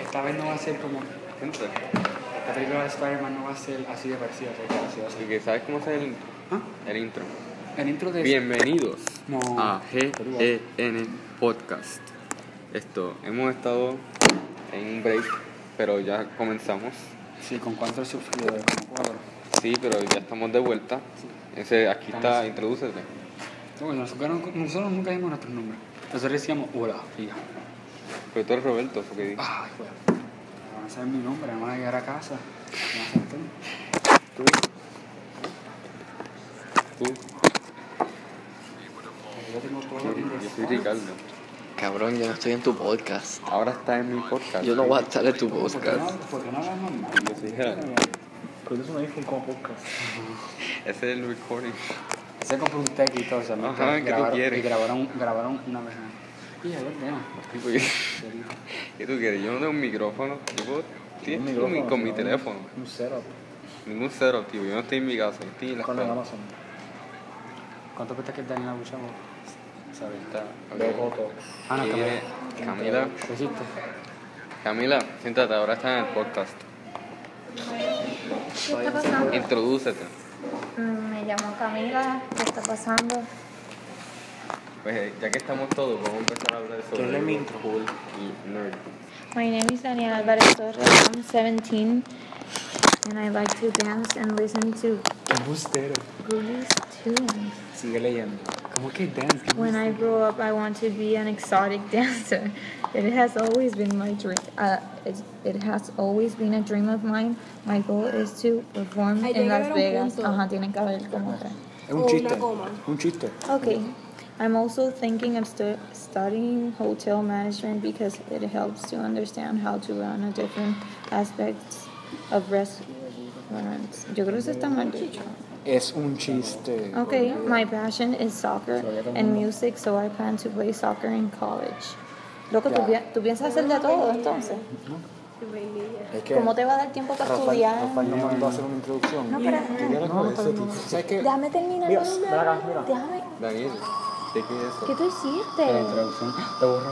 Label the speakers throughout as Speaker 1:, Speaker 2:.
Speaker 1: esta vez no va a ser como. Esta película de Spider-Man no va a ser así de parecida, o sea, que va a ser así.
Speaker 2: Así que sabes cómo hacer el,
Speaker 1: ¿Ah?
Speaker 2: el intro.
Speaker 1: El intro de.
Speaker 2: Bienvenidos
Speaker 1: No.
Speaker 2: a GEN Podcast. Esto, hemos estado en un break, pero ya comenzamos.
Speaker 1: Sí, con cuántos suscriptores, como cuatro.
Speaker 2: Sí, pero ya estamos de vuelta. Ese, aquí está, introdúcete.
Speaker 1: Entonces, nosotros, nosotros nunca dimos nuestros nombres. Nosotros decíamos hola, y ya.
Speaker 2: Pero tú eres Roberto, porque
Speaker 1: Ay, joder. Me van a saber mi nombre, me van a llegar a casa. me van a saber todo.
Speaker 2: tú. Tú.
Speaker 1: Yo tengo todo
Speaker 2: Yo,
Speaker 1: el
Speaker 2: yo soy Ricardo.
Speaker 3: Cabrón, yo no estoy en tu podcast.
Speaker 2: Ahora está en mi podcast.
Speaker 3: Yo no voy a estar en tu
Speaker 1: ¿Por qué no,
Speaker 3: podcast.
Speaker 1: por qué no hablas normal?
Speaker 2: Yo soy Gerardo.
Speaker 4: Pero eso no es como podcast.
Speaker 2: Ese es el recording.
Speaker 1: Se compró un tech y todo eso, ¿no? Que
Speaker 2: Ajá, ¿qué tú
Speaker 1: grabaron-
Speaker 2: quieres?
Speaker 1: Y grabaron, grabaron una vez. Y ya, ya,
Speaker 2: Sí, porque-
Speaker 1: ya.
Speaker 2: ¿Qué tú quieres? Yo no tengo un micrófono. Yo puedo. Sí,
Speaker 4: Un
Speaker 2: con mi-
Speaker 4: micrófono,
Speaker 2: con mi
Speaker 4: sino
Speaker 2: teléfono.
Speaker 4: Un, un setup.
Speaker 2: Ningún cero, tío. Yo no estoy en mi casa. Estoy en la
Speaker 4: Con el
Speaker 2: escuela.
Speaker 4: Amazon.
Speaker 1: ¿Cuánto cuesta que Daniel Abuchamo? ¿Sabes?
Speaker 4: De Coto.
Speaker 1: Ah, no,
Speaker 2: Aquí
Speaker 1: Camila.
Speaker 2: viene Eh, Camila.
Speaker 1: ¿Qué hiciste?
Speaker 2: Camila, siéntate. Ahora está en el podcast.
Speaker 5: ¿Qué está pasando?
Speaker 2: Introdúcete.
Speaker 5: Mm, Eh, Me llamó Camila. ¿Qué está pasando?
Speaker 2: Pues eh, ya que estamos todos, vamos a empezar a hablar sobre.
Speaker 4: Denle mi
Speaker 2: lo
Speaker 4: intro.
Speaker 2: cool y nerd.
Speaker 5: My name is Daniel Alvarez Torres. I'm 17 and I like to dance and listen to
Speaker 4: Embustero.
Speaker 5: Ghoulies tunes.
Speaker 4: Sigue leyendo.
Speaker 1: ¿Cómo que dance? ¿Qué
Speaker 5: When I grow up, I want to be an exotic dancer. It has always been my dream. Uh, it, it has always been a dream of mine. My goal is to perform
Speaker 6: Ahí
Speaker 5: in
Speaker 6: tiene que
Speaker 5: Las
Speaker 6: haber un
Speaker 5: Vegas.
Speaker 6: punto.
Speaker 5: Ajá, tienen que haber como otra.
Speaker 4: Es un
Speaker 6: O una
Speaker 4: chiste.
Speaker 6: coma.
Speaker 4: Un chiste.
Speaker 5: Okay. I'm also thinking of stu- studying hotel management because it helps to understand how to run a different aspects of restaurants. Yo creo que eso está mal dicho.
Speaker 4: Es un chiste.
Speaker 5: Okay, my passion is soccer and music, so I plan to play soccer in college. Loco, ¿tú, pi- tú piensas hacer de todo entonces?
Speaker 4: Es que
Speaker 5: ¿Cómo te va a dar tiempo para estudiar?
Speaker 4: Rafael nos mandó a hacer una introducción.
Speaker 5: No, espera.
Speaker 4: no, no, ¿Sabes qué?
Speaker 5: Déjame terminar.
Speaker 4: Mira,
Speaker 5: no, no,
Speaker 4: ven acá,
Speaker 5: no,
Speaker 4: mira.
Speaker 5: Déjame.
Speaker 2: Daniel, ¿de qué es eso?
Speaker 5: ¿Qué tú hiciste?
Speaker 1: Traducción. Te borro.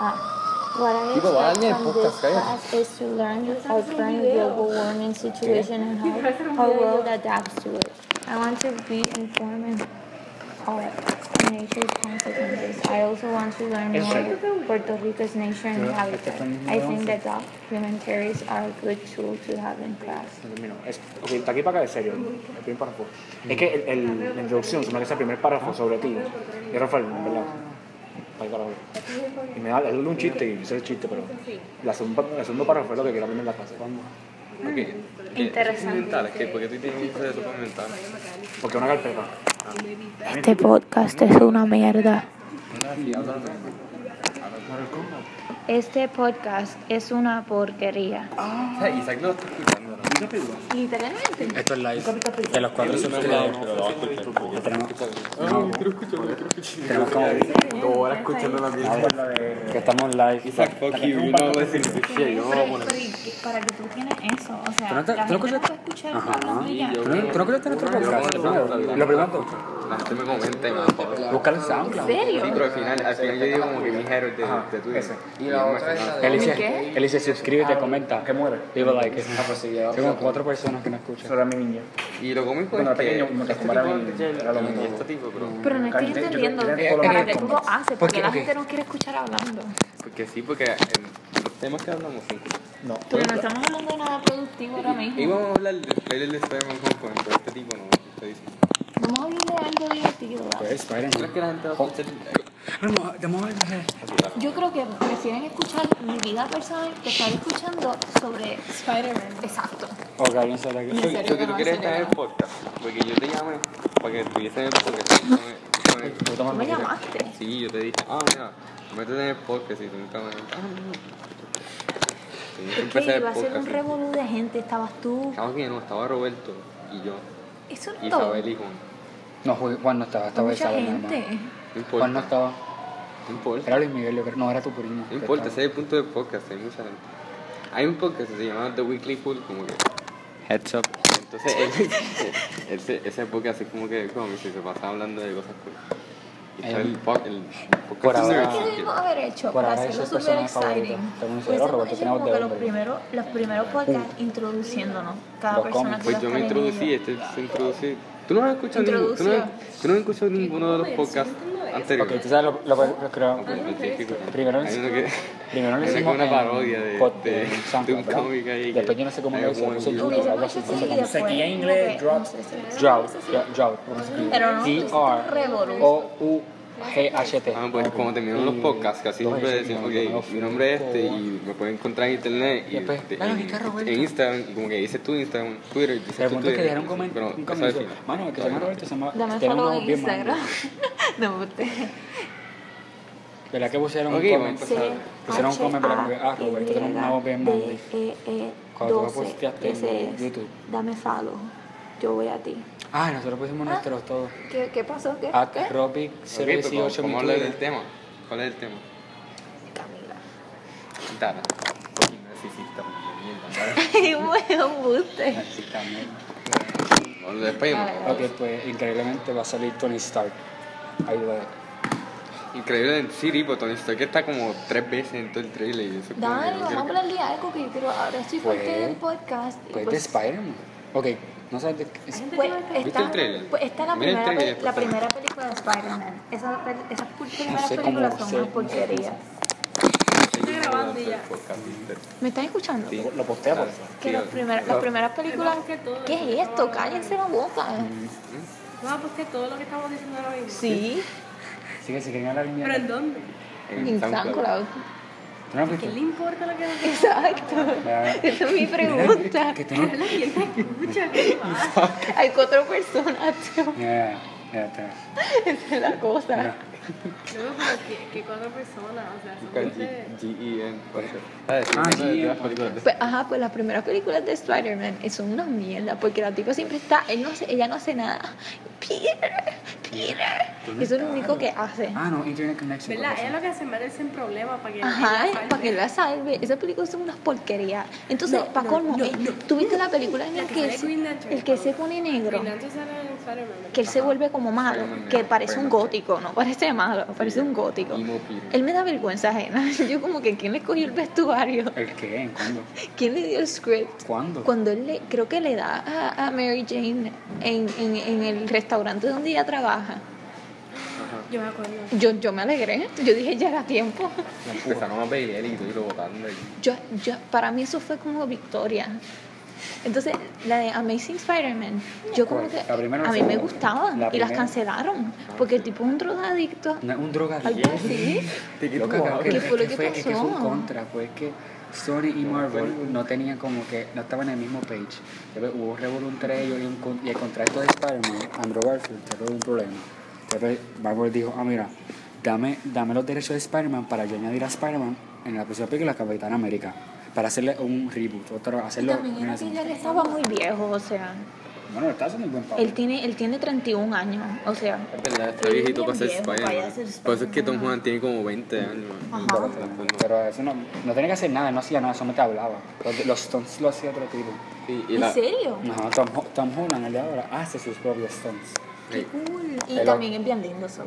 Speaker 5: Ah, What I
Speaker 4: Digo, va a
Speaker 5: expect
Speaker 4: dañar el
Speaker 5: from
Speaker 4: podcast,
Speaker 5: this
Speaker 4: cállate.
Speaker 5: class is to learn our current global warming situation and how our world adapts to it. I want to be informed of nature's consequences. I also want to learn more about Puerto Rico's nature and habitat. I think that documentaries are a good tool to have in class.
Speaker 4: Termino. Es, ok, de aquí para acá de serio. El primer párrafo. Es que el, el- la introducción, se me hace el primer párrafo sobre ti. Y Rafael, en verdad. Para el carajo. Y me da es un chiste y yo sé el chiste, pero. La segunda, el segundo párrafo es lo que quiero aprender en la clase.
Speaker 2: Ok, Eh, ¿qué-
Speaker 5: Interesante.
Speaker 2: esos mentales, ¿qué? ¿Por qué tú tienes un proceso con mentales?
Speaker 4: Porque una carpeta.
Speaker 5: Este podcast es una mierda. Este podcast es una porquería.
Speaker 2: O sea, Isaac no lo está escuchando. ¿no?
Speaker 5: Literalmente.
Speaker 1: Esto es live. De los cuatro suscriptores. Tenemos, tenemos como
Speaker 2: Dos horas escuchando la mierda.
Speaker 1: que estamos live.
Speaker 2: Isaac, fuck you, you're not listening to shit. Yo no voy a poner.
Speaker 5: para que tú tienes eso, o sea,
Speaker 1: ¿Tú no te-
Speaker 5: la
Speaker 1: tú no
Speaker 5: gente no
Speaker 1: escuchas-
Speaker 5: puede escuchar hablar de ella.
Speaker 1: ¿Tú no, tú no crees que nuestro
Speaker 2: Yo no
Speaker 1: podcast?
Speaker 2: voy a poner la-
Speaker 1: Lo pregunto.
Speaker 2: La gente me comenta y me da fotos.
Speaker 1: Busca el SoundCloud.
Speaker 5: ¿En
Speaker 2: Sí,
Speaker 5: serio?
Speaker 2: pero al final, al final yo digo como que mi héroe de, de Twitter. Y la otra
Speaker 1: Él dice, él dice suscríbete, comenta.
Speaker 4: Que muere.
Speaker 1: Leave a like. Ah. Tengo
Speaker 4: Tengo
Speaker 1: cuatro personas que no escuchan.
Speaker 4: Sobre mi niña.
Speaker 2: Y lo cómico
Speaker 4: Bueno,
Speaker 2: es que
Speaker 4: pequeño, como te
Speaker 2: este
Speaker 4: compara
Speaker 2: tipo
Speaker 4: mi-
Speaker 2: de-
Speaker 4: era lo
Speaker 2: y
Speaker 4: mismo.
Speaker 2: este tipo, pero...
Speaker 5: Pero no estoy
Speaker 4: Yo creo que
Speaker 5: entendiendo
Speaker 4: tiene todo lo
Speaker 5: para
Speaker 4: que
Speaker 5: qué tú lo haces,
Speaker 1: ¿Por
Speaker 5: porque
Speaker 1: qué?
Speaker 5: la
Speaker 1: Ok.
Speaker 5: gente no quiere escuchar hablando.
Speaker 2: Porque sí, porque en los temas que hablamos, sí.
Speaker 4: No.
Speaker 5: Pero no estamos hablando de nada productivo ahora mismo.
Speaker 2: Íbamos a hablar del trailer de Spider-Man Homecoming, pero este tipo no, está diciendo.
Speaker 5: Vamos a hablar de algo divertido. ¿verdad?
Speaker 1: Pues, Spider-Man.
Speaker 2: ¿Crees que la gente va a escuchar?
Speaker 5: Ah,
Speaker 1: Vamos, vamos a ver.
Speaker 5: Yo creo que prefieren escuchar mi vida personal que estar escuchando sobre Spider-Man. Exacto.
Speaker 1: O que alguien se la
Speaker 2: Yo yo creo que tú quieres estar en el podcast, porque yo te llamé para que estuviese en el podcast. Yo me- yo me-
Speaker 5: Tú me llamaste.
Speaker 2: Sí, yo te dije, ah, mira, métete en el podcast y tú nunca me... Ah, no, no. Sí, yo
Speaker 5: Es
Speaker 2: empecé
Speaker 5: que
Speaker 2: el
Speaker 5: iba a ser un
Speaker 2: podcast. sí.
Speaker 5: revolú de gente, estabas tú.
Speaker 2: Estaba bien, no, estaba Roberto y yo,
Speaker 5: Eso
Speaker 2: y
Speaker 5: no todo.
Speaker 2: Isabel y Juan.
Speaker 1: No, Ju- Juan no estaba, estaba
Speaker 5: Mucha
Speaker 1: Isabel nada más.
Speaker 5: gente.
Speaker 2: No importa,
Speaker 1: Juan no estaba.
Speaker 2: no importa.
Speaker 1: Era Luis Miguel, yo creo. No, era tu primo.
Speaker 2: No importa, ese es el punto del podcast, hay mucha gente. Hay un podcast que se llama The Weekly Pool, como que. Heads up. Entonces, él- ese, ese podcast es como que como si se pasa hablando de cosas cool. Y está el, po- el
Speaker 1: Por
Speaker 2: podcast
Speaker 1: ahora-
Speaker 2: es
Speaker 5: ¿Qué debimos haber hecho
Speaker 1: Bueno,
Speaker 5: para
Speaker 1: ahora
Speaker 5: hacerlo
Speaker 1: eso es
Speaker 5: súper
Speaker 1: personal favorito.
Speaker 5: exciting?
Speaker 1: Tengo un cerebro,
Speaker 5: Hubiésemos
Speaker 1: Roberto,
Speaker 5: hecho
Speaker 1: tenemos
Speaker 5: como que
Speaker 1: de
Speaker 5: los
Speaker 1: hombre.
Speaker 5: primeros, los primeros podcasts introduciéndonos. Cada
Speaker 1: Los
Speaker 5: persona
Speaker 1: cómics.
Speaker 5: que
Speaker 2: Pues
Speaker 5: va
Speaker 2: yo
Speaker 5: a
Speaker 2: me
Speaker 5: estar en
Speaker 2: introducí,
Speaker 5: ello.
Speaker 2: este se introduce. Tú no has escuchado ninguno, tú no has, tú no has escuchado ninguno de los podcasts
Speaker 1: Ok,
Speaker 2: anteriores.
Speaker 1: tú sabes lo, lo, lo creo.
Speaker 2: Ok, pues tienes que escuchar.
Speaker 1: Primero
Speaker 2: Hay uno que-
Speaker 1: Primero lo
Speaker 2: Era
Speaker 1: hicimos
Speaker 2: como una
Speaker 1: en
Speaker 2: parodia de-
Speaker 1: pod-
Speaker 2: de-
Speaker 1: en
Speaker 2: de
Speaker 1: SoundCloud,
Speaker 2: un
Speaker 1: ¿verdad?
Speaker 2: cómic ahí que-
Speaker 1: Después yo no sé cómo
Speaker 2: Hay
Speaker 1: lo hice,
Speaker 2: como
Speaker 1: puse
Speaker 2: un-
Speaker 1: YouTube, algo
Speaker 5: Hubiésemos
Speaker 1: así, no sé
Speaker 5: hecho así y
Speaker 1: cómo.
Speaker 5: después...
Speaker 6: Sequía en
Speaker 5: como
Speaker 6: inglés,
Speaker 5: que-
Speaker 6: drought.
Speaker 5: no sé si-
Speaker 1: Drought, dr- drought, ¿cómo se escribe?
Speaker 5: Pero no,
Speaker 1: D R O U G H T.
Speaker 2: Ah, pues como terminaron
Speaker 1: eh,
Speaker 2: los podcasts, casi siempre decían, ok, mi nombre es este y me pueden encontrar en internet y
Speaker 1: Y después, "Ah,
Speaker 2: este,
Speaker 1: "Mano,
Speaker 2: en,
Speaker 1: ¿qué carro
Speaker 2: en
Speaker 1: vuelto?"
Speaker 2: Instagram, y como que dices tú Instagram, Twitter, dices
Speaker 1: El
Speaker 2: tú
Speaker 1: punto es
Speaker 2: Twitter.
Speaker 1: que dejaron un
Speaker 2: sí, pero
Speaker 1: comentario. Un
Speaker 2: eso es
Speaker 1: comentario.
Speaker 2: al final.
Speaker 1: Mano, el que se llama Roberto se llama.
Speaker 5: Dame
Speaker 1: tiene un
Speaker 5: follow
Speaker 1: ojo
Speaker 5: en
Speaker 1: bien malo.
Speaker 5: Instagram. No me guste.
Speaker 1: ¿Verdad que pusieron
Speaker 2: Ok,
Speaker 1: un
Speaker 2: vamos a
Speaker 1: comment?
Speaker 2: empezar.
Speaker 5: C
Speaker 1: Pusieron un
Speaker 5: H
Speaker 1: comment para que ah,
Speaker 5: A
Speaker 1: Roberto tiene una voz bien
Speaker 5: Y,
Speaker 1: mala.
Speaker 5: D, E, E,
Speaker 1: Cuando tú
Speaker 5: 12,
Speaker 1: posteaste en
Speaker 5: ese es.
Speaker 1: YouTube.
Speaker 5: Dame follow. Yo voy a ti.
Speaker 1: Ah, nosotros pusimos nuestros todos.
Speaker 5: ¿Qué, qué pasó? ¿Qué?
Speaker 1: At
Speaker 5: ¿Qué?
Speaker 2: Ok, pues, pero vamos-
Speaker 1: Robic018 mi
Speaker 2: vamos a hablar
Speaker 1: Twitter.
Speaker 2: del tema. ¿Cuál es el tema?
Speaker 5: Camila.
Speaker 2: Dara. Fucking narcisista, mierda,
Speaker 5: Ay, weón, guste.
Speaker 1: Sí, también.
Speaker 2: Dara. Bueno, despedimos.
Speaker 5: Vale,
Speaker 1: Ok, pues increíblemente va a salir Tony Stark. Ahí lo dejo.
Speaker 2: Increíble, sí, tipo, Tony Stark está como tres veces en todo el trailer y eso como que no
Speaker 5: Dani, vamos a
Speaker 2: quiero que-
Speaker 5: hablar de algo que yo quiero. Ahora estoy
Speaker 1: Pues-
Speaker 5: fuerte del podcast. y
Speaker 1: Pues de Spider-Man. Ok, no sabes de qué. es-
Speaker 5: Pues
Speaker 2: ¿Viste el
Speaker 5: está,
Speaker 2: trailer?
Speaker 5: pues está la,
Speaker 2: Mira el
Speaker 5: primera,
Speaker 2: trailer,
Speaker 5: pe-
Speaker 2: por
Speaker 5: la
Speaker 2: favor.
Speaker 5: primera película de Spider-Man. Esa pel- Esas pu- primeras
Speaker 1: sé cómo
Speaker 5: películas son
Speaker 1: se-
Speaker 5: una porquería.
Speaker 2: Estoy grabando ya.
Speaker 5: ¿Me están escuchando?
Speaker 2: Sí.
Speaker 1: Lo postea por favor.
Speaker 5: Que las primeras, las primeras películas. ¿Qué es esto? Cállense la boca.
Speaker 6: Vamos a postear todo lo que estamos diciendo ahora mismo.
Speaker 5: Sí,
Speaker 1: Así que si quieren hablar
Speaker 6: ¿Pero en
Speaker 1: mierda.
Speaker 6: dónde?
Speaker 5: en SoundCloud.
Speaker 1: ¿Tú no has
Speaker 6: ¿Qué
Speaker 1: visto?
Speaker 6: le importa lo que nos diga?
Speaker 5: Exacto.
Speaker 1: Mira,
Speaker 5: Esa es mi pregunta.
Speaker 1: Que tú no.
Speaker 6: La gente escucha, ¿qué pasa?
Speaker 5: Hay cuatro personas. tío.
Speaker 1: Mira, mira, mira.
Speaker 5: Esa es la cosa.
Speaker 1: mira.
Speaker 6: No, pero que, que cuatro personas, o sea, son gente...
Speaker 2: G-E-N.
Speaker 1: Ah,
Speaker 2: Ah,
Speaker 1: G.E.N.
Speaker 5: Pues, ajá, pues las primeras películas de Spider-Man eh, son una mierda porque la tipa siempre está, él no, hace- ella no hace nada. Peter, Peter. Eso es lo único que hace.
Speaker 1: Ah, no, Internet Connection.
Speaker 6: ¿Verdad? Ella lo que hace es meterse en problemas para que...
Speaker 5: Ajá,
Speaker 6: ella salve.
Speaker 5: para que la salve. Esas películas son unas porquerías. Entonces, para colmo, eh, ¿tú viste la película en
Speaker 6: La
Speaker 5: el
Speaker 6: que
Speaker 5: que,
Speaker 6: sale
Speaker 5: es-
Speaker 6: Green Lantern.
Speaker 5: el que se pone negro?
Speaker 6: Y antes sale en Spider-Man.
Speaker 5: Que él se vuelve como malo,
Speaker 2: Spider-Man
Speaker 5: que
Speaker 2: negro,
Speaker 5: parece un
Speaker 2: Spider-Man.
Speaker 5: gótico, no parece malo, parece un gótico.
Speaker 2: Emo Peter.
Speaker 5: Él me da vergüenza ajena. Yo como que, ¿quién le cogió el vestuario?
Speaker 1: ¿El qué? ¿Cuándo?
Speaker 5: ¿Quién le dio el script?
Speaker 1: ¿Cuándo?
Speaker 5: Cuando él le, creo que le da a, a Mary Jane en, en- en el restaurante donde ella trabaja.
Speaker 6: Yo me acuerdo.
Speaker 5: Yo, yo me alegré, yo dije ya era tiempo.
Speaker 2: Empezaron a pelear y todo y lo botaron de ahí.
Speaker 5: Yo, yo, para mí eso fue como victoria. Entonces, la de Amazing Spider-Man, yo como
Speaker 1: ¿Cuál?
Speaker 5: que
Speaker 1: ¿La primera o la
Speaker 5: a mí me
Speaker 1: segunda?
Speaker 5: gustaban
Speaker 1: La
Speaker 5: y las
Speaker 1: primera.
Speaker 5: cancelaron porque el tipo es un drogadicto.
Speaker 1: Una- Un
Speaker 5: Algo
Speaker 1: drogadicto.
Speaker 5: así.
Speaker 1: Lo que acabo de-
Speaker 5: ¿Qué fue lo
Speaker 1: es
Speaker 5: que
Speaker 1: es que fue un
Speaker 5: pasó?
Speaker 1: contra, fue que Sony y Marvel no tenían como que, no estaban en el mismo page. Entonces, Hubo un revuelo entre ellos y, un con- y el contrato de Spider-Man, Andrew Garfield, tuvo un problema. Entonces Marvel dijo, ah mira, dame, dame los derechos de Spider-Man para yo añadir a Spider-Man en la próxima película Capitán América. Para hacerle un reboot, otro, hacerlo
Speaker 5: También
Speaker 1: una
Speaker 5: era que ya
Speaker 1: segunda.
Speaker 5: él estaba muy viejo, o sea,
Speaker 1: Bueno, está haciendo un buen papel.
Speaker 5: él tiene, él tiene 31 años, o sea,
Speaker 2: Es verdad, está
Speaker 5: Él es
Speaker 2: viejito
Speaker 5: bien
Speaker 2: para ser
Speaker 5: viejo para
Speaker 2: Spider-Man.
Speaker 5: ser
Speaker 2: Por eso es que Tom
Speaker 5: Spider-Man.
Speaker 2: Holland tiene como 20 años.
Speaker 5: Ajá.
Speaker 1: Pero, pero eso no, no tenía que hacer nada, no hacía nada, solo te hablaba. Los, los stunts lo hacía otro tipo.
Speaker 2: Sí, y
Speaker 5: ¿en
Speaker 2: la-
Speaker 5: serio?
Speaker 1: Ajá, Tom, Ho- Tom Holland, el de ahora, hace sus propios stunts.
Speaker 5: Qué
Speaker 2: Sí.
Speaker 5: cool. Y
Speaker 1: Pero-
Speaker 5: también es bien lindo eso.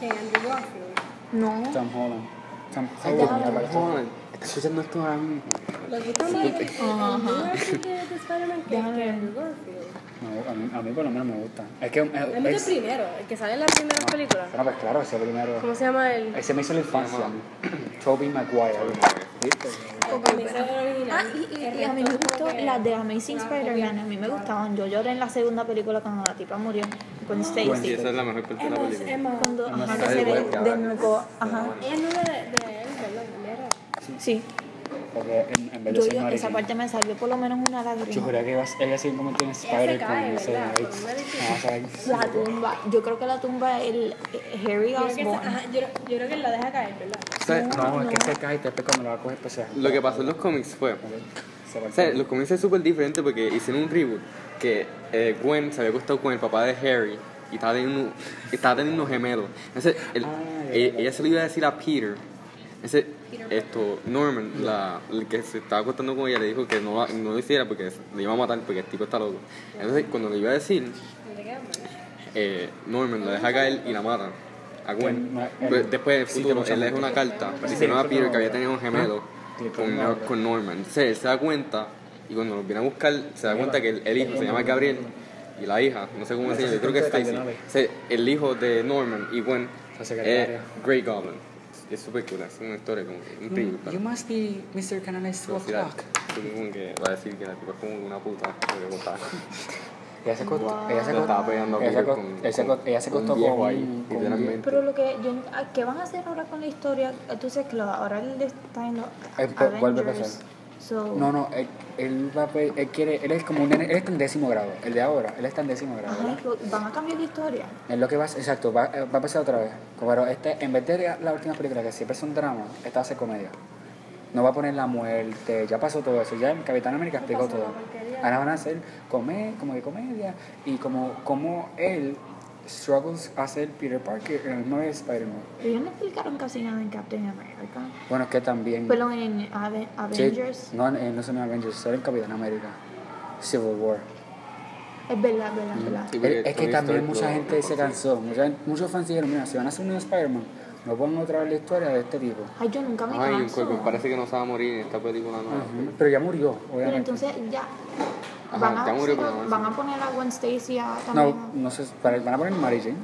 Speaker 6: Que Andrew Garfield.
Speaker 5: No.
Speaker 1: Tom Holland. Tom
Speaker 2: Ay,
Speaker 1: Holland,
Speaker 2: Tom
Speaker 1: me parece.
Speaker 2: Holland, está escuchando esto ahora mismo.
Speaker 6: ¿Les gusta más el, el, Andrew Garfield de, de Spider-Man que, que Andrew Garfield?
Speaker 1: No, a, mí, a mí por lo menos me gusta. Es que... eh,
Speaker 6: A mí que
Speaker 1: es-
Speaker 6: el primero, el que sale en las primeras películas.
Speaker 1: Bueno, pues claro, ese primero...
Speaker 6: ¿Cómo se llama el...?
Speaker 1: Ese me hizo la infancia. Toby Maguire. ¿Viste?
Speaker 6: Para mí ese era el
Speaker 5: Ah,
Speaker 6: original.
Speaker 5: y, y-
Speaker 6: El
Speaker 5: y a mí me
Speaker 6: resto
Speaker 5: gustó
Speaker 6: como que-
Speaker 5: las de Amazing Spider-Man, a mí me gustaban. Yo lloré en la segunda película cuando la tipa murió con
Speaker 2: Sí,
Speaker 5: Stacy.
Speaker 2: esa es la mejor parte de la película.
Speaker 5: Cuando ajá, que
Speaker 2: sabe
Speaker 5: se
Speaker 2: igual
Speaker 5: de-
Speaker 2: que ahora.
Speaker 5: desnucó, ajá.
Speaker 6: Ella no la de, de él, ¿verdad? Ella era-
Speaker 5: Sí,
Speaker 1: Porque en, en vez de
Speaker 5: yo,
Speaker 1: ser
Speaker 5: yo- esa
Speaker 1: Mary Jane,
Speaker 5: parte me salió por lo menos una
Speaker 1: Yo
Speaker 5: lágrima.
Speaker 1: juraría que iba a ser- ella sí como tiene Spider-Man.
Speaker 6: cae,
Speaker 1: ese-
Speaker 6: ¿verdad?
Speaker 1: ay,
Speaker 6: Con Mary Jane.
Speaker 1: no, o sea, ahí-
Speaker 5: La tumba, yo creo que la tumba el eh, Harry
Speaker 6: Yo creo que esa-
Speaker 5: Osborn.
Speaker 6: ajá, yo- yo creo que la deja caer, ¿verdad?
Speaker 2: O sea,
Speaker 1: No, es que se cae y después cuando la va a coger, pues se
Speaker 2: Lo que pasó en los cómics fue...
Speaker 1: Se va
Speaker 2: O sea, los cómics es súper diferente porque hicieron un reboot que eh, Gwen se había acostado con el papá de Harry y estaba teniendo, un- estaba teniendo unos gemelos. Entonces, el- e- ella se lo iba a decir a Peter. Entonces, esto, Norman, la, el que se estaba acostando con ella, le dijo que no, la- no lo hiciera porque le iba a matar porque el tipo está loco. Entonces, cuando le iba a decir, eh, Norman la deja caer y la mata a Gwen. Pues,
Speaker 1: El- el-
Speaker 2: Pero después en el
Speaker 4: sí,
Speaker 2: futuro,
Speaker 4: lo
Speaker 2: él le deja
Speaker 4: sabemos.
Speaker 2: una carta
Speaker 4: Sí,
Speaker 2: diciendo a
Speaker 4: eso
Speaker 2: Peter
Speaker 4: no-
Speaker 2: que había tenido un gemelo
Speaker 4: Sí,
Speaker 2: con,
Speaker 4: pero no-
Speaker 2: con Norman. Entonces él se da cuenta y cuando los viene a buscar se da cuenta que el, el hijo se llama Gabriel y la hija, no sé cómo se llama, yo creo que es Stacy. Entonces, El hijo de Norman y Gwen
Speaker 1: La
Speaker 2: es
Speaker 1: secretaria.
Speaker 2: Grey Goblin. Es súper cool, es una historia como que un película.
Speaker 1: Mm, must be Mr. Canonized
Speaker 2: Pero si la- supongo que va a decir que la tipa es como una puta, porque como está-
Speaker 4: Ella se costó. Ella se
Speaker 2: Le estaba pegando a
Speaker 4: ella se
Speaker 2: Peter
Speaker 4: co-
Speaker 2: con-
Speaker 4: ella se co-
Speaker 2: con-
Speaker 4: ella se
Speaker 2: con un
Speaker 4: costó
Speaker 2: viejo
Speaker 4: con-
Speaker 2: ahí,
Speaker 4: con-
Speaker 2: literalmente.
Speaker 7: Pero lo que yo, ¿a ¿qué van a hacer ahora con la historia? Ah, Entonces, claro, ahora él está en los
Speaker 4: Eh, pues, vuelve a
Speaker 7: Avengers.
Speaker 4: pasar.
Speaker 7: So,
Speaker 1: No, no, él, él va a pe- él quiere, él es como un nene- él está en décimo grado, el de ahora, él está en décimo grado,
Speaker 7: ajá,
Speaker 1: ¿verdad?
Speaker 7: pues, van a cambiar la historia.
Speaker 1: Es lo que va, a- exacto, va, eh, va a pasar otra vez. Pero este, en vez de la- las últimas películas que siempre son dramas, esta va a ser comedia. No va a poner la muerte, ya pasó todo eso, ya en Capitán América explicó todo. Ahora van a hacer come, como que comedia y como, como él struggles a ser Peter Parker en el mismo de Spider-Man.
Speaker 7: Pero ellos no explicaron casi nada en Captain America.
Speaker 1: Bueno, que también...
Speaker 7: Perdón, en Ave-
Speaker 1: Sí,
Speaker 7: Avengers.
Speaker 1: no, eh, no son Avengers, son en Capitán América. Civil War.
Speaker 7: Es verdad, verdad, verdad.
Speaker 2: Sí, porque
Speaker 1: Es, es que
Speaker 2: Tony
Speaker 1: también
Speaker 2: Stark
Speaker 1: mucha
Speaker 2: lo-
Speaker 1: gente
Speaker 2: lo
Speaker 1: se
Speaker 2: consigue.
Speaker 1: cansó. mucha gente- muchos fans dijeron, mira, si van a hacer un nuevo Spider-Man, no pongan otra vez la historia de este tipo.
Speaker 7: Ay, yo nunca me
Speaker 2: Ay,
Speaker 7: canso.
Speaker 2: Corbin parece que no se va a morir en esta película nueva.
Speaker 1: Pero ya murió,
Speaker 7: Pero
Speaker 1: obviamente.
Speaker 7: entonces ya.
Speaker 2: Ajá,
Speaker 7: van, a,
Speaker 2: ya murió, pero no,
Speaker 7: van
Speaker 2: sí.
Speaker 7: a poner a Gwen Stacy a, también.
Speaker 1: No, no sé, para- van a poner Mary Jane.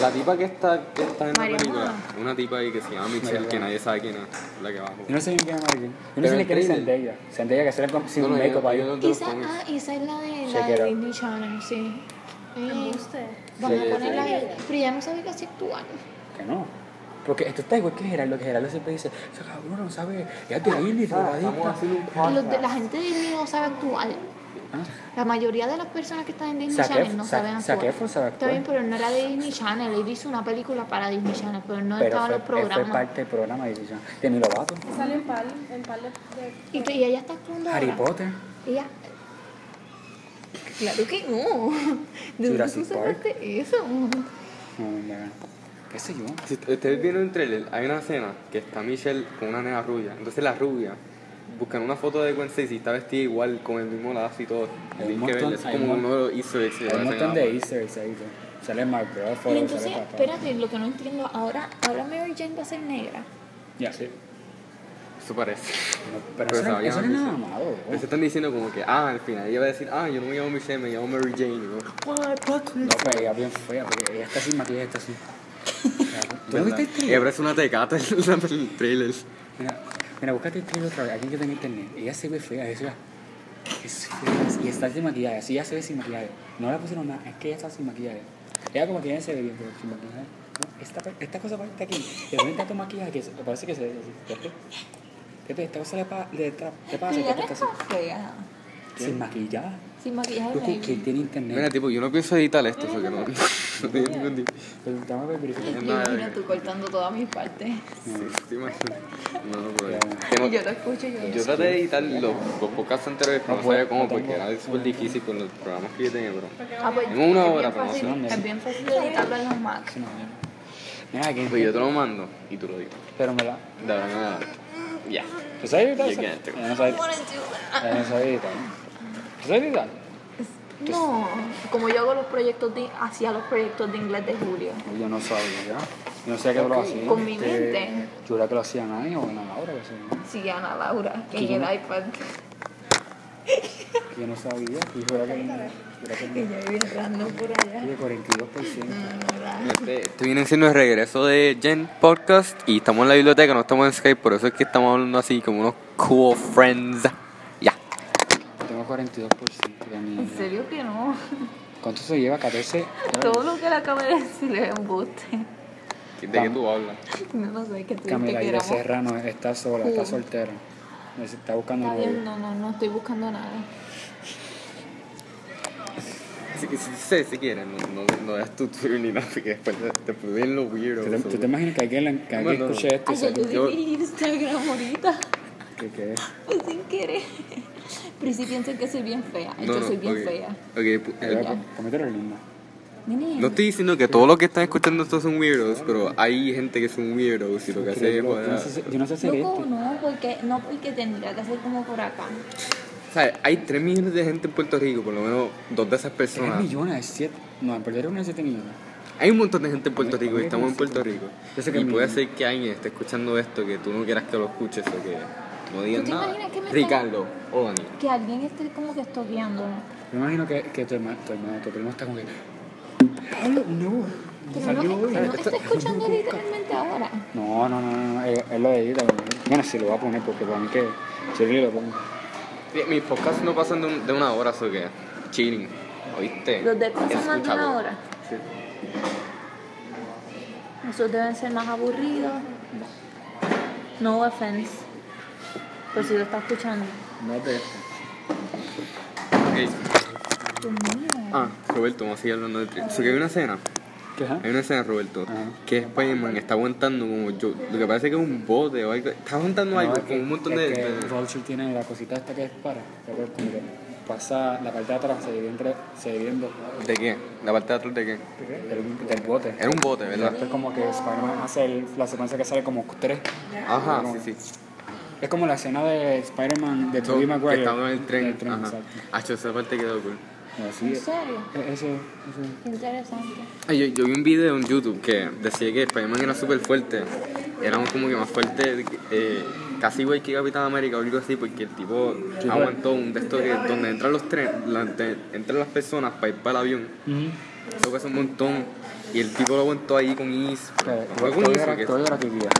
Speaker 2: La tipa que está, que está en la
Speaker 7: Mariana.
Speaker 2: película, una tipa ahí que se llama Michelle, que nadie sabe quién es, la que va a
Speaker 1: Yo
Speaker 2: jugar.
Speaker 1: no sé bien quién es Mary Jane. Yo no
Speaker 2: Pero
Speaker 1: sé
Speaker 2: en
Speaker 1: ni quién es
Speaker 2: trailer.
Speaker 1: Zendaya. Zendaya que sale con, sin
Speaker 2: No, no,
Speaker 1: make-up
Speaker 2: yo-
Speaker 1: ahí.
Speaker 2: yo no
Speaker 5: Esa,
Speaker 2: tengo
Speaker 5: ah, esa es la de la
Speaker 1: Check it
Speaker 5: de
Speaker 1: out.
Speaker 5: Disney Channel, sí. Eh, Van
Speaker 2: Sí,
Speaker 5: a ponerla
Speaker 2: sí.
Speaker 5: ahí. Pero ya no sabe casi actuar.
Speaker 1: Que no. Porque esto está igual que Gerardo, que Gerardo siempre dice, ese cabrón no sabe, ya te la Disney,
Speaker 2: Ah,
Speaker 1: drogadicta".
Speaker 5: Los de- la gente de Disney no sabe actuar. La mayoría de las personas que están en Disney
Speaker 1: Ah. Zac
Speaker 5: Channel
Speaker 1: Ef-
Speaker 5: no
Speaker 1: Zac-
Speaker 5: saben
Speaker 1: Zac
Speaker 5: actuar.
Speaker 1: Efron sabe
Speaker 5: Está
Speaker 1: actuar.
Speaker 5: bien, pero no era de Disney Channel. Él hizo una película para Disney Channel, pero no
Speaker 1: Pero
Speaker 5: estaba en
Speaker 1: fue,
Speaker 5: los
Speaker 1: fue
Speaker 5: programas.
Speaker 1: parte del programa de Disney. De mi Lovato,
Speaker 6: Sale en pal, en pal de- de-
Speaker 5: Y, te- y ella está actuando
Speaker 1: Harry
Speaker 5: ahora.
Speaker 1: Potter.
Speaker 5: Ella... Claro que no. ¿De dónde tú
Speaker 1: Jurassic Park.
Speaker 5: sacaste eso?
Speaker 1: No, mira, qué sé yo.
Speaker 2: Si ust- ustedes vieron el trailer, hay una escena que está Michelle con una nena rubia. Entonces la rubia buscan una foto de Gwen Stacy y está vestida igual con el mismo lazo y todo.
Speaker 1: Hay un
Speaker 2: Tienen que
Speaker 1: montón-
Speaker 2: verla, es
Speaker 1: hay un
Speaker 2: como
Speaker 1: mon-
Speaker 2: uno de los easter eggs. que
Speaker 1: Hay un
Speaker 2: aparecen
Speaker 1: montón
Speaker 2: en
Speaker 1: de
Speaker 2: la-
Speaker 1: easter eggs ahí. tú. Sale Mark Ruffalo,
Speaker 5: Pero
Speaker 1: sale
Speaker 5: entonces,
Speaker 1: papá.
Speaker 5: espérate, lo que no entiendo, ahora, ahora Mary Jane va a ser negra.
Speaker 1: Ya, sí.
Speaker 2: Eso parece.
Speaker 1: No,
Speaker 2: Pero
Speaker 1: pero eso no-
Speaker 2: sabían,
Speaker 1: eso no es nada
Speaker 2: dicen.
Speaker 1: malo.
Speaker 2: Pero Se están diciendo como que, ah, al final ella va a decir, ah, yo no me llamo Michelle, me llamo Mary Jane. ¿no?
Speaker 1: No, pero ella es bien fea, porque ella está sin maquillaje, está así. ¿Tú no viste el
Speaker 2: Ella
Speaker 1: trailer?
Speaker 2: parece una tecata en el trailer.
Speaker 1: Mira, mira, búscate el trailer otra vez, alguien que tenga internet. Ella se ve fea, es fea. Es fea, y está sin maquillaje, así ella se ve sin maquillaje. No la pusieron nada, es que ella está sin maquillaje. Ella con maquillaje se ve bien, pero sin maquillaje. no. Esta, pa- esta cosa parece aquí, le ponen tanto maquillaje que se- parece que se ve así. Pepe, Pepe, esta cosa le, pa- le, tra- le pasa,
Speaker 5: Ella
Speaker 1: Pepe
Speaker 5: no
Speaker 1: está
Speaker 5: es
Speaker 1: así.
Speaker 5: tan fea.
Speaker 1: Sin maquillaje.
Speaker 5: Sin maquillaje,
Speaker 1: Loco,
Speaker 5: baby.
Speaker 1: ¿quién tiene
Speaker 2: Mira,
Speaker 1: internet?
Speaker 2: tipo, yo no pienso editar esto porque no, no tiene ningún tipo.
Speaker 1: Pero dame a ver, verifica.
Speaker 2: Es
Speaker 5: Yo
Speaker 2: nada
Speaker 5: imagino
Speaker 2: de-
Speaker 5: tú cortando todas mis partes.
Speaker 2: Sí, te imaginas. No, no, pero.
Speaker 1: Ya.
Speaker 2: que no-
Speaker 5: Y yo lo escucho y yo.
Speaker 2: Yo traté de editar los, los podcasts anteriores, pero no,
Speaker 1: puedo,
Speaker 2: sabía cómo,
Speaker 1: no tengo-
Speaker 2: porque era súper difícil con los programas que yo tenía, pero.
Speaker 5: Ah, pues,
Speaker 2: En una
Speaker 5: es
Speaker 2: hora,
Speaker 5: bien
Speaker 2: pero no sé
Speaker 5: fácil-
Speaker 1: dónde.
Speaker 5: Es bien fácil editarlo en los Macs.
Speaker 1: Mira, aquí.
Speaker 2: Pues yo te lo mando y tú lo dices.
Speaker 1: Pero me la.
Speaker 2: De verdad, nada. Ya.
Speaker 1: ¿Tú Pues sabes editar?
Speaker 2: You
Speaker 1: eso?
Speaker 2: can't do
Speaker 1: Yo no sabía. Yo no Pues sabía editar. ¿Tú sabes editar?
Speaker 5: No, como yo hago los proyectos de, hacía los proyectos de inglés de Julio.
Speaker 1: No, Yo no sabía, ¿ya? Yo no sabía que lo hacían.
Speaker 5: Con mi
Speaker 1: este,
Speaker 5: mente.
Speaker 1: Yo era que lo hacían ahí o en la hora que hacían. ¿no?
Speaker 5: Sí, Ana Laura, que
Speaker 1: ¿Quién?
Speaker 5: en el iPad.
Speaker 1: Que Yo no sabía. que Yo era que. Yo era que.
Speaker 5: Que ya iba entrando por allá.
Speaker 1: De 42%.
Speaker 5: Ah.
Speaker 2: Este, este viene siendo el regreso de Gen Podcast y estamos en la biblioteca, no estamos en Skype, por eso es que estamos hablando así como unos cool friends. Ya.
Speaker 1: Tengo 42% de mi.
Speaker 5: En serio que no.
Speaker 1: ¿Cuánto se lleva? 14.
Speaker 5: Todo lo que le acabo de decir es embuste.
Speaker 2: ¿De qué tú hablas?
Speaker 5: No lo sé, que tú
Speaker 1: Camila
Speaker 5: dijiste que
Speaker 1: Aguirre
Speaker 5: éramos-
Speaker 1: Serrano está sola, está soltera. Está buscando
Speaker 5: Está
Speaker 1: un
Speaker 5: bien,
Speaker 1: novio.
Speaker 5: no, no, no estoy buscando nada.
Speaker 2: Si, si, si, si quieren, no, no, no es tu Twitter ni nada, porque después te, te ponen lo weirdo.
Speaker 1: ¿Tú te, tú te imaginas que alguien, la- que
Speaker 2: No,
Speaker 1: alguien
Speaker 2: no, no.
Speaker 1: escuche esto y
Speaker 5: Ay, yo
Speaker 1: se
Speaker 5: te
Speaker 2: yo-
Speaker 5: dije Instagram ahorita.
Speaker 1: que, que
Speaker 5: Pues sin querer. Pero si piensan que soy bien fea.
Speaker 2: No,
Speaker 5: yo
Speaker 2: no,
Speaker 5: soy bien
Speaker 2: ok.
Speaker 5: fea.
Speaker 2: Ok, pu- el-
Speaker 1: Promételo lindo.
Speaker 5: Nene,
Speaker 2: No estoy diciendo que todos los que están escuchando esto son weirdos, pero hay gente que son weirdos y lo que hace es
Speaker 1: Yo
Speaker 2: joder.
Speaker 1: no sé si- yo no sé hacer
Speaker 5: loco,
Speaker 1: esto.
Speaker 5: no, porque, no, porque tendría que hacer como por acá.
Speaker 2: ¿Sabes? Hay 3 millones de gente en Puerto Rico, por lo menos dos de esas
Speaker 1: 3
Speaker 2: personas.
Speaker 1: millones, 7. No, en Puerto Rico no existen idiomas.
Speaker 2: Hay un montón de gente en Puerto Rico y estamos en Puerto Rico.
Speaker 1: Yo sé que
Speaker 2: y
Speaker 1: mi-
Speaker 2: puede ser que alguien esté escuchando esto que tú no quieras que lo escuches o que no digas
Speaker 7: te
Speaker 2: nada.
Speaker 7: imaginas que me
Speaker 2: Ricardo o Dani.
Speaker 7: Que alguien esté como que estoqueándonos.
Speaker 1: Me imagino que, que tu, hermano, tu hermano, tu primo está como que. Pablo, no.
Speaker 7: Pero no,
Speaker 1: Salió hoy.
Speaker 7: no está escuchando literalmente ahora.
Speaker 1: No, no, no, no, no, él, él lo edita. pero- Bueno, sí lo voy a poner porque para mí que. Si yo lo pongo.
Speaker 2: Sí, Mis podcasts no pasan de, un- de una hora, eso que chilling. ¿Oíste?
Speaker 7: Los de pasan más de
Speaker 2: Escúchalo.
Speaker 7: una hora. Esos deben ser más aburridos. No offense. Por si lo está escuchando.
Speaker 1: No te.
Speaker 2: Ok. Ah, Roberto, vamos a seguir hablando de tri- So, que hay una escena,
Speaker 1: ¿Qué es?
Speaker 2: hay una escena, Roberto,
Speaker 1: Ajá.
Speaker 2: que Spider-Man está aguantando como yo, lo que parece que es un bote o algo, está aguantando
Speaker 1: No,
Speaker 2: algo
Speaker 1: es
Speaker 2: Oh con
Speaker 1: que-
Speaker 2: un montón
Speaker 1: es
Speaker 2: de...
Speaker 1: que
Speaker 2: de-
Speaker 1: Vulture tiene la cosita esta que dispara. que es como que pasa la parte de atrás, se divide, entre, se divide en dos.
Speaker 2: ¿De qué? ¿La parte de atrás de qué?
Speaker 1: Del, del bote.
Speaker 2: Era un bote, ¿verdad?
Speaker 1: Esto es como que Spider-Man hace el- la secuencia que sale como tres.
Speaker 2: Ajá, sí, sí.
Speaker 1: Es como la escena de Spider-Man de Tobey
Speaker 2: So,
Speaker 1: Maguire.
Speaker 2: Que estamos en el tren.
Speaker 1: Del
Speaker 2: Ajá.
Speaker 1: exacto.
Speaker 2: Ah, yo esa parte quedó cool.
Speaker 1: No, sí,
Speaker 7: ¿En
Speaker 1: eh,
Speaker 7: serio?
Speaker 1: eso, eso.
Speaker 7: Qué interesante.
Speaker 2: Ay, yo, yo vi un video en YouTube que decía que Spider-Man era súper fuerte. Éramos como que más fuerte, eh, casi igual que Capitán América o algo así, porque el tipo aguantó un de estos que donde entran los trenes, la- de- entran las personas para ir para el avión. Eso que hace un montón. Y el tipo lo aguantó ahí con is.
Speaker 1: Espera,
Speaker 2: no
Speaker 1: te
Speaker 2: fue
Speaker 1: voy-
Speaker 2: con
Speaker 1: te voy
Speaker 2: is,
Speaker 1: a dar-
Speaker 2: que-
Speaker 1: te voy a dar tu vida.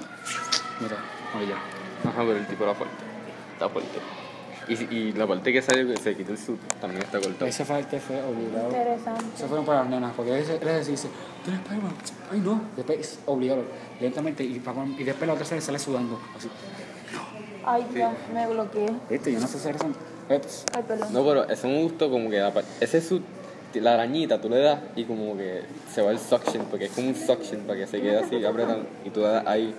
Speaker 1: Mira, oye.
Speaker 2: Ajá, pero el tipo era fuerte. Está fuerte. Y, y la parte que sale, que se quitó el suit, también está cortado.
Speaker 1: Esa parte fue obligado.
Speaker 7: Interesante.
Speaker 1: Se fueron para las nenas, porque él se- él les dice, ¿tú eres Spider-Man? Ay, no. Después es obligado, lentamente, y, papá- y después la otra se le sale sudando. Así.
Speaker 7: Ay, ya, me bloqueé.
Speaker 1: ¿Viste? Yo no sé hacer eso. Eh, pues,
Speaker 7: Ay, perdón.
Speaker 2: No, pero eso me gustó como que la par- ese su la arañita tú le das y como que se va el suction, porque es como un suction para que se quede así apretado y tú le das ahí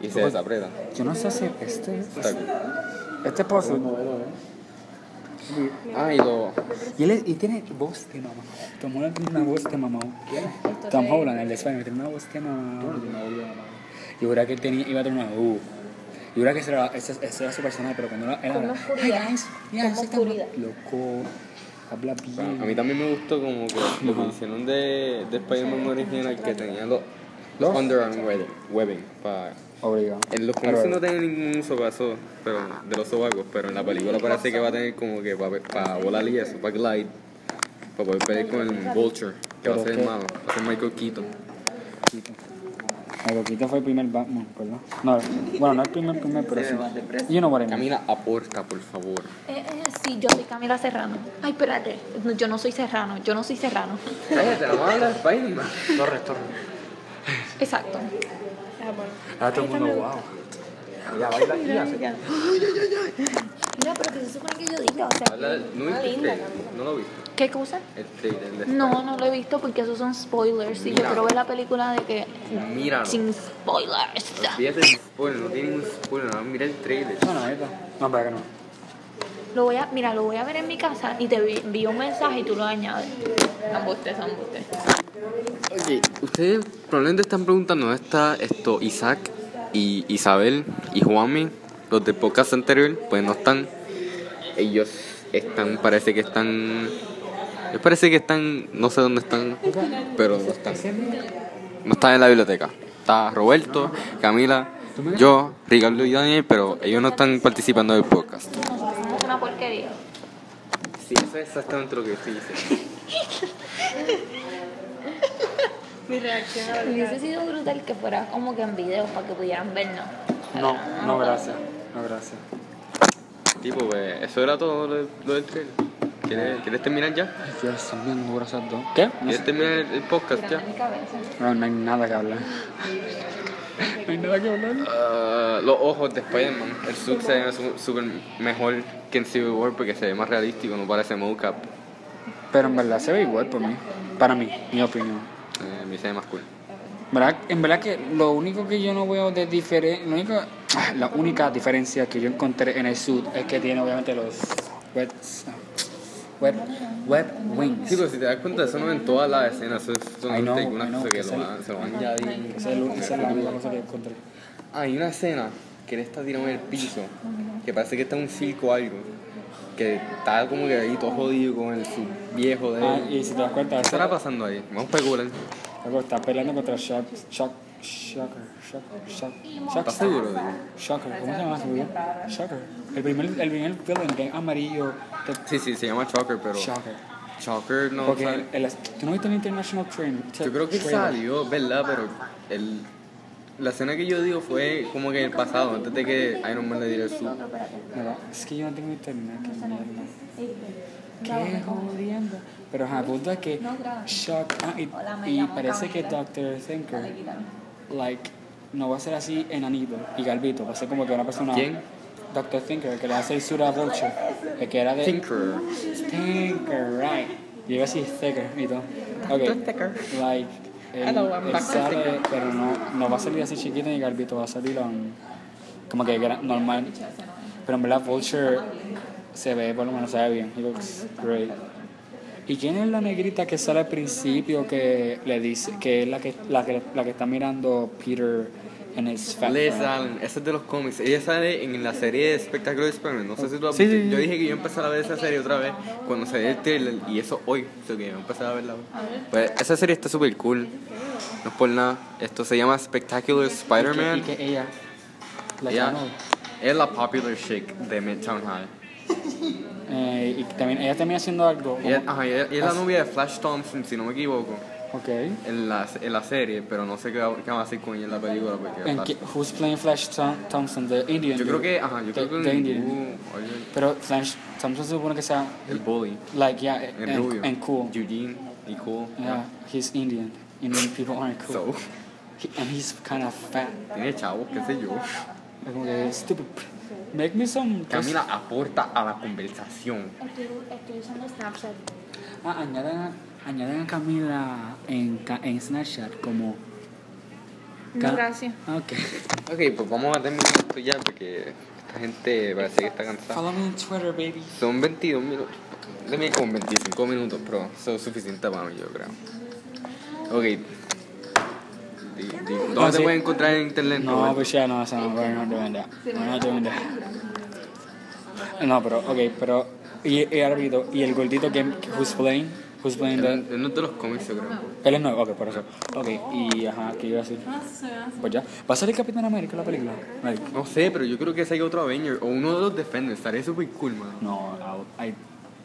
Speaker 2: y se desaprieta.
Speaker 1: yo no sé hacer este,
Speaker 2: Está cool.
Speaker 1: este puzzle.
Speaker 2: Ah, y lo
Speaker 1: Y él es- y tiene voz de mamá. Tomó la misma voz de mamá. Tom Holland, el de Spider-Man, tiene una voz de mamá. Y ahora que él tenía, iba a tener una U. Y ahora que ese era, ese, ese era su personaje, pero cuando era- él habla. Hey guys, mira, ese está loco. Habla
Speaker 2: a
Speaker 1: bien.
Speaker 2: mí también me gustó como que lo que hicieron de, de Spider-Man original que tenía los los underarm webbing, webbing para
Speaker 1: Obligado.
Speaker 2: en los cómics no tiene ningún uso para eso, pero de los sobacos, pero en la película parece que va a tener como que para volar y eso, para glide, para poder pelear con el Vulture, que va a
Speaker 1: Pero
Speaker 2: ser el
Speaker 1: qué-
Speaker 2: malo, va a ser Michael Keaton.
Speaker 1: El loquito fue el primer Batman, ¿verdad? No, bueno, no el primer, primer, pero sí. You know what I mean.
Speaker 2: Camila, aporta, por favor.
Speaker 7: Eh, eh, sí, yo soy Camila Serrano. Ay, espérate. No, yo no soy Serrano. Yo no soy Serrano.
Speaker 2: Cállate, no vas a hablar de Spider-Man.
Speaker 4: Torres, Torres.
Speaker 7: Exacto.
Speaker 4: Ah, todo el mundo, wow. Ella baila y hace.
Speaker 7: Mira, pero que se supone que yo diga, o sea,
Speaker 2: Habla del- No viste el trailer, no lo viste.
Speaker 7: ¿qué cosa?
Speaker 2: El trailer de
Speaker 7: No, no lo he visto porque esos son spoilers. Y yo
Speaker 2: Míralo.
Speaker 7: quiero ver la película de que.
Speaker 2: Spider-Man. Míralo.
Speaker 7: Sin spoilers.
Speaker 2: Fíjate el spoiler, no tiene ningún spoiler, no, mira el trailer.
Speaker 1: No, no, esta. No, para que no.
Speaker 7: Lo voy a, mira, lo voy a ver en mi casa y te vi- envío un mensaje y tú lo añades. Ambuste, ambuste.
Speaker 2: Oye, ustedes probablemente están preguntando, ¿dónde está esto Isaac y Isabel y Juanmi? Los del podcast anterior, pues no están. Ellos están, parece que están... Les parece que están, no sé dónde están, pero no están. No están en la biblioteca. Está Roberto, Camila, yo, Ricardo y Daniel, pero ellos no están participando del podcast.
Speaker 7: Es una porquería.
Speaker 2: Sí, eso es exactamente lo que estoy diciendo.
Speaker 7: Hubiese sido brutal que fuera como que en video para que pudieran vernos.
Speaker 1: No, no, gracias. No, gracias.
Speaker 2: Tipo, pues, eso era todo lo, lo del trailer. ¿Quieres, ¿Quieres terminar ya?
Speaker 1: Yo están bien duras esas dos. ¿Qué? No sé.
Speaker 2: ¿Quieres terminar el, el podcast ya?
Speaker 7: Mira mi cabeza.
Speaker 1: No, no hay nada que hablar. No hay nada que hablar.
Speaker 2: Ah, los ojos de Spider-Man. El suit se ve su- súper mejor que en Civil War porque se ve más realístico, no parece mocap.
Speaker 1: Pero en verdad se ve igual por mí. Para mí, mi opinión.
Speaker 2: Eh, a mí se ve más cool.
Speaker 1: ¿Verdad? En verdad que lo único que yo no veo de diferente, ah, la única diferencia que yo encontré en el suit es que tiene obviamente los web, web, web wings.
Speaker 2: Sí, pero si te das cuenta, eso no en todas las escenas, eso es
Speaker 1: Ay, no,
Speaker 2: solamente algunas
Speaker 1: ay, no,
Speaker 2: cosas que
Speaker 1: que
Speaker 2: lo
Speaker 1: sale-
Speaker 2: van, se lo van a añadir.
Speaker 1: Esa es, lo- esa es la única cosa que encontré.
Speaker 2: Hay una escena que él está tirado en el piso, que parece que está en un circo o algo. que está como que ahí todo jodido con el su viejo de
Speaker 1: Ah,
Speaker 2: él.
Speaker 1: y si te das cuenta,
Speaker 2: ¿Qué
Speaker 1: eso
Speaker 2: estará pasando ahí? Vamos a especular.
Speaker 1: Luego está peleando contra Shock. Shock. Shocker. Shock. Shock. Shock.
Speaker 2: ¿Estás seguro de eso?
Speaker 1: Shocker. ¿Cómo se llama su video? Shocker. El primer, el primer villain que es amarillo. de-
Speaker 2: Sí, sí, se llama Shocker, pero.
Speaker 1: Shocker.
Speaker 2: Shocker no
Speaker 1: Porque
Speaker 2: sale.
Speaker 1: el, el- tú no viste el International Train.
Speaker 2: Yo creo que salió, ¿verdad? Pero el, la escena que yo digo fue como que en el pasado, antes de que Iron Man le diera su.
Speaker 1: Mira, es que yo no tengo internet. qué mierda. Qué jodiendo. Pero ajá, el punto es que Shock. Ah, y, y parece que Dr. Thinker, like, no va a ser así enanito y galbito. Va a ser como que una persona.
Speaker 2: ¿Quién?
Speaker 1: Dr. Thinker, el que le hace el sur a Vulture. El que era de.
Speaker 2: Tinker.
Speaker 1: Thinker, right. Llega así thicker y todo. Okay. Like, él, él sale, pero no, no va a salir así chiquito ni garbito, va a salir um, como que gra- normal. Pero en verdad Vulture se ve, por lo menos se ve bien. He looks great. ¿Y quién es la negrita que sale al principio que le dice, que es la que, la que, la que está mirando Peter en el Fat
Speaker 2: Liz
Speaker 1: Friend?
Speaker 2: Allen, esa es de los cómics. Ella sale en la serie de Spectacular Experiment. No sé si tú la
Speaker 1: Sí,
Speaker 2: viste.
Speaker 1: sí, sí.
Speaker 2: Yo dije que yo empecé a ver esa serie otra vez cuando salió el trailer. Y eso hoy, so que yo empecé a verla hoy. Pues esa serie está súper cool. No es por nada. Esto se llama Spectacular Spider-Man.
Speaker 1: Y que ella, la que
Speaker 2: Ella
Speaker 1: ganó.
Speaker 2: es la popular chic de Midtown High.
Speaker 1: Eh, y también, ella termina haciendo algo.
Speaker 2: Ella,
Speaker 1: como-
Speaker 2: ajá, ella- ella es la novia de Flash Thompson, si no me equivoco.
Speaker 1: Ok.
Speaker 2: en la, en la serie, pero no sé qué va, qué va a hacer con ella en la película. Porque
Speaker 1: And
Speaker 2: la-
Speaker 1: ki- who's playing Flash Thom- Thompson, the Indian?
Speaker 2: yo creo
Speaker 1: dude?
Speaker 2: que, ajá, yo creo
Speaker 1: The-
Speaker 2: que
Speaker 1: the
Speaker 2: el,
Speaker 1: Indian.
Speaker 2: uh, oye,
Speaker 1: Pero Flash Thompson se supone que sea
Speaker 2: el bully,
Speaker 1: like yeah
Speaker 2: el
Speaker 1: and,
Speaker 2: rubio,
Speaker 1: and cool.
Speaker 2: Eugene y cool.
Speaker 1: Yeah, he's Indian. Indian people aren't cool.
Speaker 2: So,
Speaker 1: He- and he's kind of fat.
Speaker 2: tiene chavos, qué sé yo.
Speaker 1: Es como que, stupid. Make me some.
Speaker 2: Camila aporta a la conversación.
Speaker 6: Estoy usando Snapchat.
Speaker 1: Ah, añaden a, añaden a Camila en, ca- en Snapchat como. Ca-
Speaker 7: Gracias.
Speaker 1: Ok.
Speaker 2: Ok, pues vamos a terminar esto ya porque esta gente parece que está cansada.
Speaker 1: Follow me on Twitter, baby.
Speaker 2: Son 22 minutos. Deme con 25 minutos, pero eso es suficiente para mí, yo creo. Ok. Di- di- ¿Dónde
Speaker 1: No,
Speaker 2: te
Speaker 1: sí.
Speaker 2: pueden encontrar en internet?
Speaker 1: No,
Speaker 2: Roberto?
Speaker 1: but yeah, no, so we're not doing that. We're not doing that. No, pero, ok, pero, y, y ahora repito, y el gordito que, que- who's playing, who's playing the,
Speaker 2: Él él no es de los cómics, yo creo.
Speaker 1: él es nuevo, ok, por eso. Ok, y, ajá, ¿qué iba a decir? Pues ya, ¿va a salir Capitán América la película? Like,
Speaker 2: No sé, pero yo creo que hay otro Avenger o uno de los Defenders. Estaría súper cool, mano.
Speaker 1: no, I, I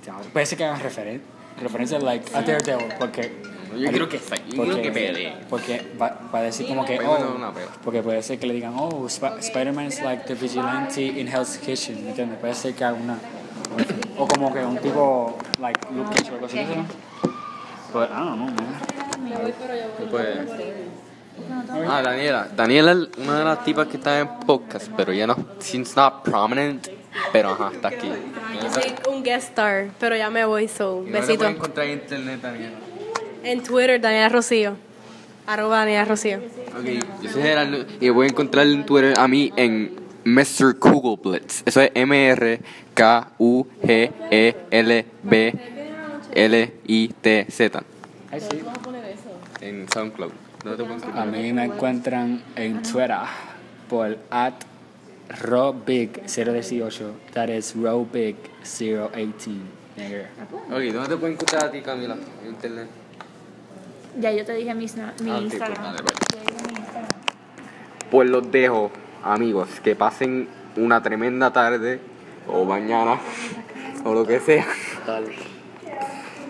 Speaker 1: doubt it. Parece que hagan referen referencia, like, a Daredevil, porque...
Speaker 2: No, yo quiero que sa- yo quiero que pelee.
Speaker 1: Porque va, va a decir como que,
Speaker 2: Voy a mandar
Speaker 1: oh,
Speaker 2: una pela.
Speaker 1: porque puede ser que le digan, oh, Sp- Spider-Man is like the vigilante in Hell's Kitchen, ¿me entiendes? Puede ser que haga una, o como que un tipo, like, Luke Cage o algo así, ¿no? But I don't know, man.
Speaker 2: Pues... Ah, Daniela. Daniela es una de las tipas que está en podcast, pero ya no. She's not prominent, pero ajá, está aquí.
Speaker 6: Yo soy un guest star, pero ya me voy, so
Speaker 2: Y no te pueden
Speaker 6: besitos.
Speaker 2: encontrar en internet, Daniela.
Speaker 6: En Twitter, Daniela Rocío. Arroba Daniela Rocío.
Speaker 2: Ok, yo soy Gerardo y voy a encontrar en Twitter a mí en Mr. Google Blitz. Eso es E M-R-K-U-G-E-L-B-L-I-T-Z.
Speaker 1: I see.
Speaker 2: En SoundCloud. No te puedo
Speaker 1: A mí me encuentran en Twitter por at robig018, that is robig018, nigga.
Speaker 2: Ok, ¿dónde te pueden encontrar a ti, Camila? En internet.
Speaker 7: Ya yo te dije mi, sna- mi
Speaker 2: Ah, ok, pues,
Speaker 7: Instagram.
Speaker 2: dale, bye. Pues los dejo, amigos. Que pasen una tremenda tarde o mañana o lo que sea.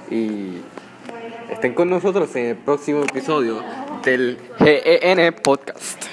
Speaker 2: Y estén con nosotros en el próximo episodio del GEN E Podcast.